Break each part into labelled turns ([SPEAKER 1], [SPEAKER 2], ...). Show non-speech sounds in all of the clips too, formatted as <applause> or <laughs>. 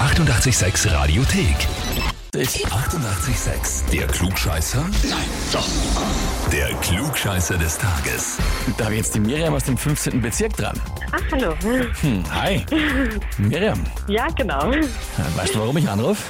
[SPEAKER 1] 886 Radiothek. 88,6. Der Klugscheißer? Nein, doch. Der Klugscheißer des Tages.
[SPEAKER 2] Da habe ich jetzt die Miriam aus dem 15. Bezirk dran.
[SPEAKER 3] Ach, hallo.
[SPEAKER 2] Hm, hi. Miriam,
[SPEAKER 3] Ja, genau.
[SPEAKER 2] äh, weißt du, warum ich anrufe?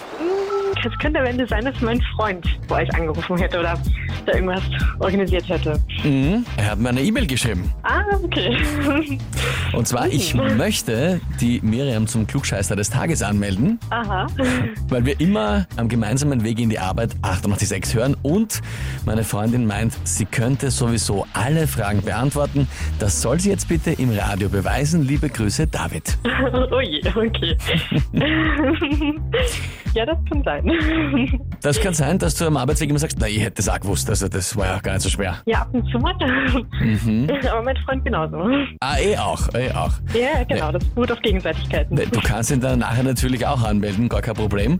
[SPEAKER 3] Es könnte am Ende sein, dass mein Freund bei euch angerufen hätte oder da irgendwas organisiert hätte.
[SPEAKER 2] Mhm. Er hat mir eine E-Mail geschrieben.
[SPEAKER 3] Ah, okay. <laughs>
[SPEAKER 2] Und zwar, ich möchte die Miriam zum Klugscheißer des Tages anmelden,
[SPEAKER 3] Aha. <laughs>
[SPEAKER 2] weil wir immer am gemeinsamen Weg in die Arbeit 886 hören und meine Freundin meint, sie könnte sowieso alle Fragen beantworten. Das soll sie jetzt bitte im Radio beweisen. Liebe Grüße, David.
[SPEAKER 3] Oh je, okay. <laughs> ja, das kann sein. <laughs>
[SPEAKER 2] Das kann sein, dass du am Arbeitsweg immer sagst, na, ich hätte es auch gewusst, also das war ja gar nicht so schwer.
[SPEAKER 3] Ja, ab und zu mal. <laughs> Aber mein Freund genauso.
[SPEAKER 2] Ah, eh auch, eh auch.
[SPEAKER 3] Ja, genau, das beruht auf Gegenseitigkeiten.
[SPEAKER 2] Du kannst ihn dann nachher natürlich auch anmelden, gar kein Problem.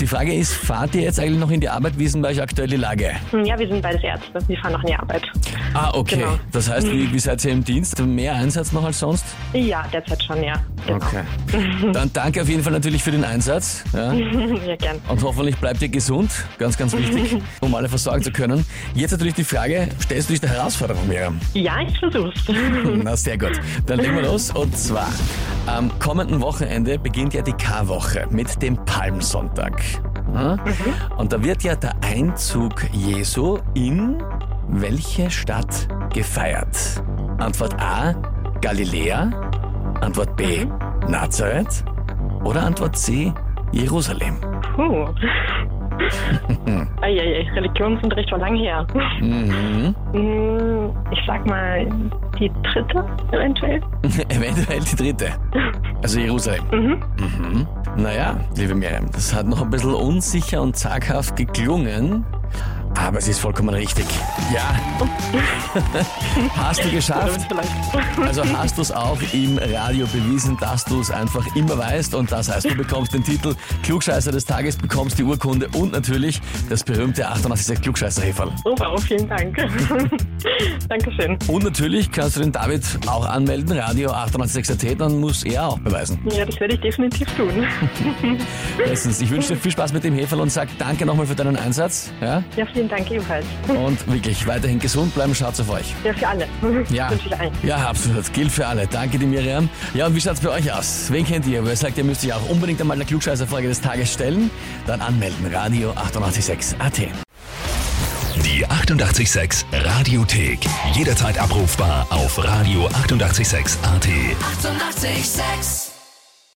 [SPEAKER 2] Die Frage ist, fahrt ihr jetzt eigentlich noch in die Arbeit? Wie ist denn bei euch aktuell die Lage?
[SPEAKER 3] Ja, wir sind beides Ärzte. Wir fahren noch in die Arbeit.
[SPEAKER 2] Ah, okay.
[SPEAKER 3] Genau.
[SPEAKER 2] Das heißt, wie, wie seid ihr im Dienst? Mehr Einsatz noch als sonst?
[SPEAKER 3] Ja, derzeit schon, ja. Genau.
[SPEAKER 2] Okay. <laughs> Dann danke auf jeden Fall natürlich für den Einsatz. Ja.
[SPEAKER 3] <laughs> Ja, gern.
[SPEAKER 2] Und hoffentlich bleibt ihr gesund. Ganz, ganz wichtig, um alle versorgen zu können. Jetzt natürlich die Frage, stellst du dich der Herausforderung, Miriam?
[SPEAKER 3] Ja, ich versuch's.
[SPEAKER 2] <laughs> Na, sehr gut. Dann legen wir los. Und zwar, am kommenden Wochenende beginnt ja die Karwoche mit dem Palmsonntag. Ja? Und da wird ja der Einzug Jesu in welche Stadt gefeiert? Antwort A, Galiläa. Antwort B, Nazareth. Oder Antwort C, Jerusalem. <laughs>
[SPEAKER 3] Puh. Eieiei, Religionsunterricht war lang her.
[SPEAKER 2] Mhm.
[SPEAKER 3] Hm, Ich sag mal, die dritte eventuell.
[SPEAKER 2] <laughs> Eventuell die dritte. Also Jerusalem.
[SPEAKER 3] Mhm.
[SPEAKER 2] Mhm. Naja, liebe Miriam, das hat noch ein bisschen unsicher und zaghaft geklungen, aber es ist vollkommen richtig. Ja. <laughs> hast du
[SPEAKER 3] Oder
[SPEAKER 2] geschafft?
[SPEAKER 3] was vielleicht. <laughs>
[SPEAKER 2] Also hast du es auch im Radio bewiesen, dass du es einfach immer weißt und das heißt, du bekommst den Titel Klugscheißer des Tages, bekommst die Urkunde und natürlich das berühmte 88 klugscheißer -Häferl.
[SPEAKER 3] Oh, wow, vielen Dank. <laughs> Dankeschön.
[SPEAKER 2] Und natürlich kannst du den David auch anmelden, Radio 886.at, dann muss er auch beweisen.
[SPEAKER 3] Ja, das werde ich definitiv
[SPEAKER 2] <laughs>
[SPEAKER 3] tun.
[SPEAKER 2] Bestens. Ich wünsche dir viel Spaß mit dem Heferl und sag danke nochmal für deinen Einsatz. Ja?
[SPEAKER 3] Ja, vielen Dank ebenfalls.
[SPEAKER 2] Und wirklich weiterhin gesund bleiben, schaut's auf euch.
[SPEAKER 3] Ja, für alle.
[SPEAKER 2] Ja.
[SPEAKER 3] Wünsche ich allen.
[SPEAKER 2] Ja, absolut. Gilt für alle. Danke dir, Miriam. Ja, und wie schaut's bei euch aus? Wen kennt ihr? Wer sagt, ihr müsst euch auch unbedingt einmal eine Klugscheißerfrage des Tages stellen? Dann anmelden. Radio 886 AT.
[SPEAKER 1] Die 88,6 Radiothek. Jederzeit abrufbar auf radio886.at. 88,6.
[SPEAKER 4] Eighty-eight, sex.